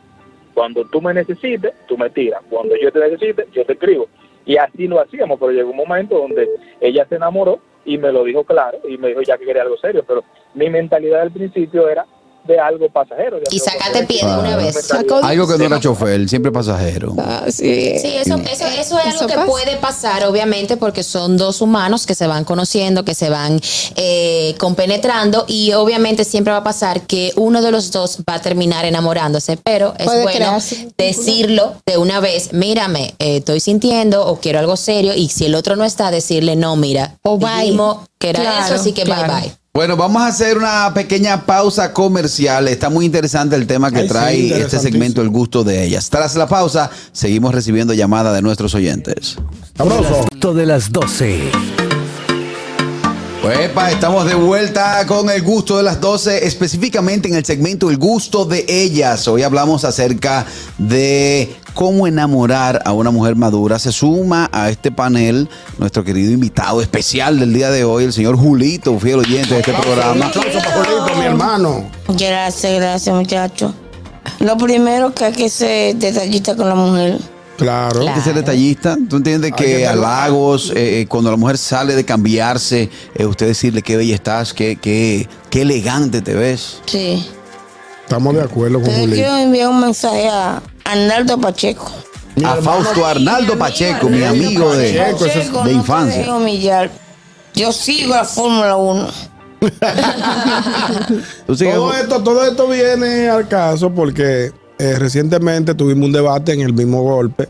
[SPEAKER 10] Cuando tú me necesites, tú me tiras. Cuando yo te necesite, yo te escribo. Y así lo hacíamos, pero llegó un momento donde ella se enamoró y me lo dijo claro y me dijo ya que quería algo serio, pero mi mentalidad al principio era de algo pasajero. de
[SPEAKER 3] Y
[SPEAKER 10] algo
[SPEAKER 3] sácate
[SPEAKER 10] pasajero.
[SPEAKER 3] pie de una
[SPEAKER 2] Ah.
[SPEAKER 3] vez.
[SPEAKER 4] Sacó-
[SPEAKER 2] Algo que no era chofer, siempre pasajero.
[SPEAKER 4] Ah, sí.
[SPEAKER 3] Sí, eso, eso, eso es algo
[SPEAKER 4] Eso
[SPEAKER 3] que
[SPEAKER 4] pasa.
[SPEAKER 3] puede pasar, obviamente, porque son dos humanos que se van conociendo, que se van eh, compenetrando y obviamente siempre va a pasar que uno de los dos va a terminar enamorándose, pero es
[SPEAKER 4] Puede
[SPEAKER 3] bueno
[SPEAKER 4] crearse un vínculo.
[SPEAKER 3] decirlo de una vez, mírame, eh, estoy sintiendo o quiero algo serio y si el otro no está, decirle, no, mira,
[SPEAKER 4] O bye.
[SPEAKER 3] dijimos que era
[SPEAKER 6] Claro,
[SPEAKER 3] eso, así que
[SPEAKER 6] claro.
[SPEAKER 3] bye bye.
[SPEAKER 2] Bueno, vamos a hacer una pequeña pausa comercial. Está muy interesante el tema que
[SPEAKER 5] Ay, sí,
[SPEAKER 2] trae este
[SPEAKER 5] interesantísimo.
[SPEAKER 2] segmento, el gusto de ellas. Tras la pausa, seguimos recibiendo llamada de nuestros oyentes.
[SPEAKER 5] Sabroso.
[SPEAKER 1] Gusto de las 12.
[SPEAKER 2] Epa, estamos de vuelta con el gusto de las 12, específicamente en el segmento El gusto de ellas. Hoy hablamos acerca de cómo enamorar a una mujer madura. Se suma a este panel nuestro querido invitado especial del día de hoy, el señor Julito, fiel oyente de este programa.
[SPEAKER 5] Aplauso para Julito, mi hermano.
[SPEAKER 11] Gracias, gracias, muchachos. Lo primero que hay que ser detallista con la mujer.
[SPEAKER 5] Claro.
[SPEAKER 2] Hay que ser detallista. Tú entiendes que halagos, eh, eh, cuando la mujer sale de cambiarse, eh, usted decirle qué bella estás, qué, qué, qué elegante te ves.
[SPEAKER 11] Sí.
[SPEAKER 5] Estamos de acuerdo con
[SPEAKER 11] Entonces
[SPEAKER 5] Julito.
[SPEAKER 11] quiero enviar un mensaje a Arnaldo Pacheco.
[SPEAKER 2] A Fausto Arnaldo Pacheco, mi amigo de,
[SPEAKER 11] Pacheco,
[SPEAKER 2] de
[SPEAKER 11] no
[SPEAKER 2] infancia.
[SPEAKER 11] te dejes humillar. Yo sigo la Fórmula 1.
[SPEAKER 2] Tú sigues-
[SPEAKER 5] Todo esto, todo esto viene al caso porque eh, recientemente tuvimos un debate en el mismo golpe.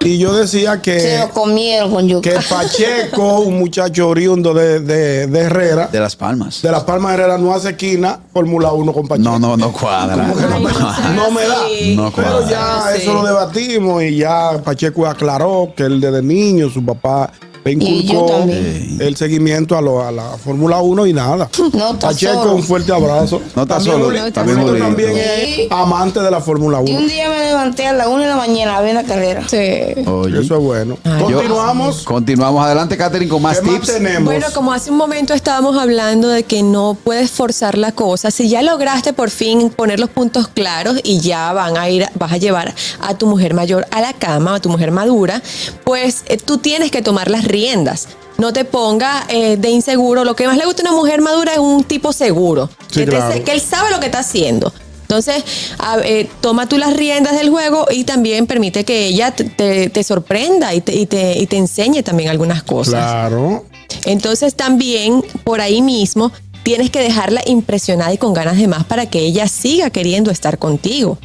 [SPEAKER 5] Y yo decía
[SPEAKER 11] Se
[SPEAKER 5] que,
[SPEAKER 11] lo comieron con yuca.
[SPEAKER 5] que Pacheco, un muchacho oriundo de, de- de Herrera,
[SPEAKER 2] de Las Palmas.
[SPEAKER 5] de Las Palmas de Herrera, no hace esquina Fórmula 1 con Pacheco.
[SPEAKER 2] No, no, no cuadra.
[SPEAKER 5] Como que no, me, no me da.
[SPEAKER 2] No
[SPEAKER 5] Pero
[SPEAKER 2] cuadra.
[SPEAKER 5] ya
[SPEAKER 6] Sí.
[SPEAKER 5] eso lo debatimos y ya Pacheco aclaró que él desde niño, su papá le
[SPEAKER 11] yo
[SPEAKER 5] inculcó
[SPEAKER 11] también.
[SPEAKER 5] el seguimiento a, lo- a la Fórmula 1 y nada.
[SPEAKER 11] No está
[SPEAKER 5] Pacheco,
[SPEAKER 11] solo.
[SPEAKER 5] un fuerte abrazo.
[SPEAKER 2] No está solo,
[SPEAKER 5] Juli-
[SPEAKER 2] también Julito.
[SPEAKER 5] Julito también
[SPEAKER 11] Sí.
[SPEAKER 5] es amante de la Fórmula
[SPEAKER 11] Y
[SPEAKER 5] 1.
[SPEAKER 11] un día me levanté a las 1 de la mañana a ver la carrera.
[SPEAKER 4] Sí.
[SPEAKER 2] Oye.
[SPEAKER 5] Eso es bueno.
[SPEAKER 2] Yo-
[SPEAKER 5] Continuamos.
[SPEAKER 2] Continuamos adelante, Catherine, con más
[SPEAKER 5] ¿Qué más
[SPEAKER 2] tips.
[SPEAKER 5] tenemos?
[SPEAKER 6] Bueno, como hace un momento estábamos hablando de que no puedes forzar la cosa, si ya lograste por fin poner los puntos claros y ya van a ir, vas a llevar a tu mujer mayor a la cama, a tu mujer madura, pues eh, tú tienes que tomar las riendas. No te ponga eh, de inseguro. Lo que más le gusta a una mujer madura es un tipo seguro,
[SPEAKER 5] Sí,
[SPEAKER 6] que, te-
[SPEAKER 5] claro.
[SPEAKER 6] que él sabe lo que está haciendo. Entonces, a- eh, toma tú las riendas del juego y también permite que ella te, te- te sorprenda y te, y te- y te enseñe también algunas cosas.
[SPEAKER 5] Claro.
[SPEAKER 6] Entonces también por ahí mismo tienes que dejarla impresionada y con ganas de más para que ella siga queriendo estar contigo.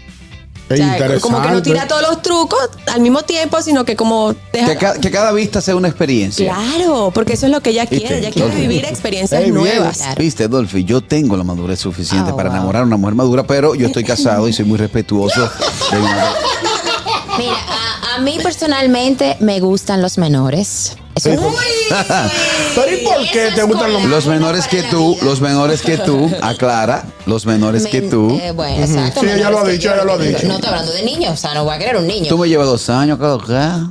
[SPEAKER 5] Es
[SPEAKER 6] O sea,
[SPEAKER 5] interesante.
[SPEAKER 6] como que no tira todos los trucos al mismo tiempo, sino que como
[SPEAKER 2] Que,
[SPEAKER 6] deja...
[SPEAKER 2] ca- que cada vista sea una experiencia.
[SPEAKER 6] Claro, porque eso es lo que ella quiere.
[SPEAKER 2] Viste,
[SPEAKER 6] Ella quiere
[SPEAKER 2] ok.
[SPEAKER 6] vivir experiencias
[SPEAKER 5] Ey, bien.
[SPEAKER 6] nuevas.
[SPEAKER 2] Viste, Dolphy, yo tengo la madurez suficiente
[SPEAKER 3] Ah,
[SPEAKER 2] para
[SPEAKER 3] wow.
[SPEAKER 2] enamorar a una mujer madura, pero yo estoy casado y soy muy respetuoso. de mi madre.
[SPEAKER 3] Mira, a, a mí personalmente me gustan los menores. Eso es
[SPEAKER 5] Pero ¿y por qué
[SPEAKER 3] Eso
[SPEAKER 5] te
[SPEAKER 3] es
[SPEAKER 5] gustan los
[SPEAKER 3] cola.
[SPEAKER 2] Los menores que tú, los menores que tú, aclara, los menores que
[SPEAKER 3] Men-
[SPEAKER 2] tú.
[SPEAKER 3] eh, bueno, exacto.
[SPEAKER 5] Sí, ella
[SPEAKER 3] menores
[SPEAKER 5] lo ha
[SPEAKER 3] que
[SPEAKER 5] dicho,
[SPEAKER 3] yo-
[SPEAKER 5] ella lo ha
[SPEAKER 3] yo-
[SPEAKER 5] dicho.
[SPEAKER 3] No estoy hablando de niños, o sea, no voy a querer un niño.
[SPEAKER 2] Tú me llevas dos años, claro, claro.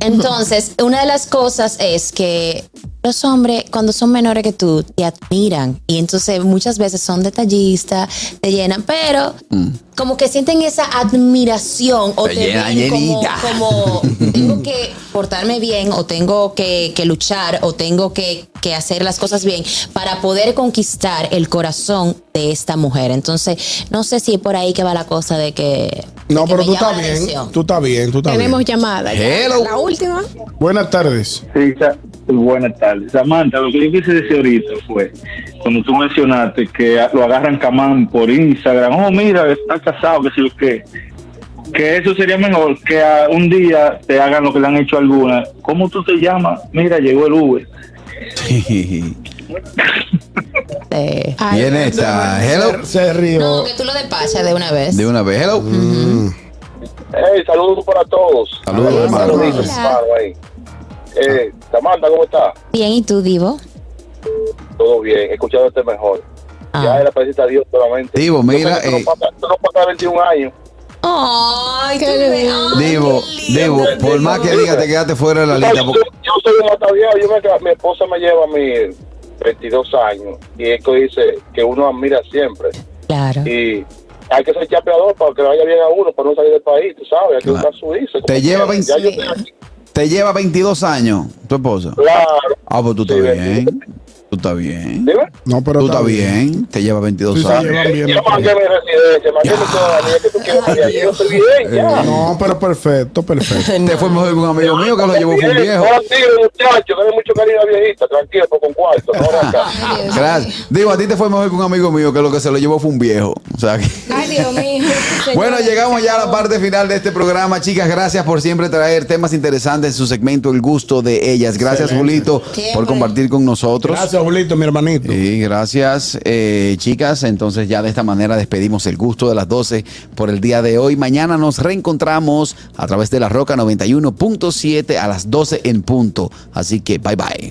[SPEAKER 3] Entonces, una de las cosas es que los hombres, cuando son menores que tú, te admiran. Y entonces muchas veces son detallistas, te llenan, pero como que sienten esa admiración o
[SPEAKER 2] Te
[SPEAKER 3] te,
[SPEAKER 2] llena,
[SPEAKER 3] ven como,
[SPEAKER 2] llenita.
[SPEAKER 3] como, tengo que portarme bien o tengo que, que luchar o tengo que, que hacer las cosas bien para poder conquistar el corazón de esta mujer. Entonces, no sé si es por ahí que va la cosa de que...
[SPEAKER 5] No,
[SPEAKER 3] de que
[SPEAKER 5] pero
[SPEAKER 3] me
[SPEAKER 5] tú
[SPEAKER 3] llama
[SPEAKER 5] estás
[SPEAKER 3] la
[SPEAKER 5] bien.
[SPEAKER 3] atención.
[SPEAKER 5] Tú estás bien, tú estás
[SPEAKER 4] Tenemos
[SPEAKER 5] bien.
[SPEAKER 4] llamada. ya.
[SPEAKER 2] Hello.
[SPEAKER 4] La última.
[SPEAKER 5] Buenas tardes.
[SPEAKER 10] Sí, Sa- buenas tardes. Samantha, lo que yo quise decir ahorita fue, cuando tú mencionaste que a- lo agarran camán por Instagram, oh, mira, está casado, que sí lo que, que eso sería mejor que a- un día te hagan lo que le han hecho a alguna. ¿Cómo tú te llamas? Mira, llegó el Uber.
[SPEAKER 3] Eh,
[SPEAKER 4] Ay,
[SPEAKER 2] ¿Quién está? Hello.
[SPEAKER 5] Se rió.
[SPEAKER 3] No, que tú lo despachas de una vez.
[SPEAKER 2] De una vez, hello.
[SPEAKER 10] Hey, saludos para todos.
[SPEAKER 2] Saludos,
[SPEAKER 10] Saludos,
[SPEAKER 2] hermano.
[SPEAKER 10] saluditos,
[SPEAKER 3] Hola.
[SPEAKER 10] hermano, ahí. Eh, Samantha, ¿cómo está?
[SPEAKER 3] Bien, ¿y tú, Divo?
[SPEAKER 10] Todo bien, escuchándote mejor.
[SPEAKER 3] Ah.
[SPEAKER 10] Ya era presita a Dios solamente.
[SPEAKER 2] Divo, mira,
[SPEAKER 10] Tú no
[SPEAKER 2] eh,
[SPEAKER 10] pasas- tú no pasas 21 años.
[SPEAKER 3] Ay,
[SPEAKER 4] Qué
[SPEAKER 3] qué bebé.
[SPEAKER 4] lindo.
[SPEAKER 2] Debo, debo, por más que digas, te quedaste fuera de la lista.
[SPEAKER 10] Yo,
[SPEAKER 2] porque-
[SPEAKER 10] yo soy un ataviado, yo me, ca- mi esposa me lleva a mí 22 años y esto dice que uno admira siempre
[SPEAKER 3] Claro.
[SPEAKER 10] y hay que ser chapeador para que le vaya bien a uno, para no salir del país, tú sabes, hay que
[SPEAKER 2] Claro.
[SPEAKER 10] buscar su hice. como
[SPEAKER 2] Te lleva
[SPEAKER 10] quiera. Ya
[SPEAKER 2] 20
[SPEAKER 10] yo estoy aquí,
[SPEAKER 2] Te lleva 22 años, tu esposa.
[SPEAKER 10] Claro,
[SPEAKER 2] Ah, pues tú
[SPEAKER 10] Sí,
[SPEAKER 2] estás bien.
[SPEAKER 10] 22.
[SPEAKER 2] Tú estás bien.
[SPEAKER 10] dime.
[SPEAKER 5] No, pero
[SPEAKER 2] Tú estás bien. Te lleva 22
[SPEAKER 5] Sí, se
[SPEAKER 2] años.
[SPEAKER 5] llevan bien.
[SPEAKER 10] Yo mangué mi residencia, mangué mi ciudadanía, que tú quieres salir aquí, yo estoy
[SPEAKER 2] Eh,
[SPEAKER 10] bien, ya.
[SPEAKER 5] Eh, No, pero perfecto, perfecto.
[SPEAKER 2] Te fue mejor que un amigo mío que lo llevó fue un
[SPEAKER 10] Bien,
[SPEAKER 2] viejo.
[SPEAKER 10] ahora sí, muchacho, dale mucho cariño a la viejita, tranquilo, pues con cuarto, no arranca.
[SPEAKER 2] Gracias. Digo, a ti te fue mejor que un amigo mío que lo que se lo llevó fue un viejo. O sea que-
[SPEAKER 4] Ay, Dios mío. este
[SPEAKER 2] Bueno,
[SPEAKER 4] Señores,
[SPEAKER 2] llegamos
[SPEAKER 4] se
[SPEAKER 2] ya a la
[SPEAKER 4] acabó.
[SPEAKER 2] parte final de este programa. Chicas, gracias por siempre traer temas interesantes en su segmento El gusto de ellas. Gracias, Julito, por
[SPEAKER 3] Siempre.
[SPEAKER 2] compartir con nosotros.
[SPEAKER 5] Gracias, Pablito, mi hermanito.
[SPEAKER 2] Sí, gracias, eh, chicas. Entonces, ya de esta manera despedimos el gusto de las 12 por el día de hoy. Mañana nos reencontramos a través de la Roca 91.7 a las 12 en punto. Así que, bye bye.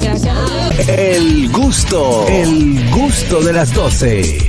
[SPEAKER 7] El gusto, el gusto de las 12.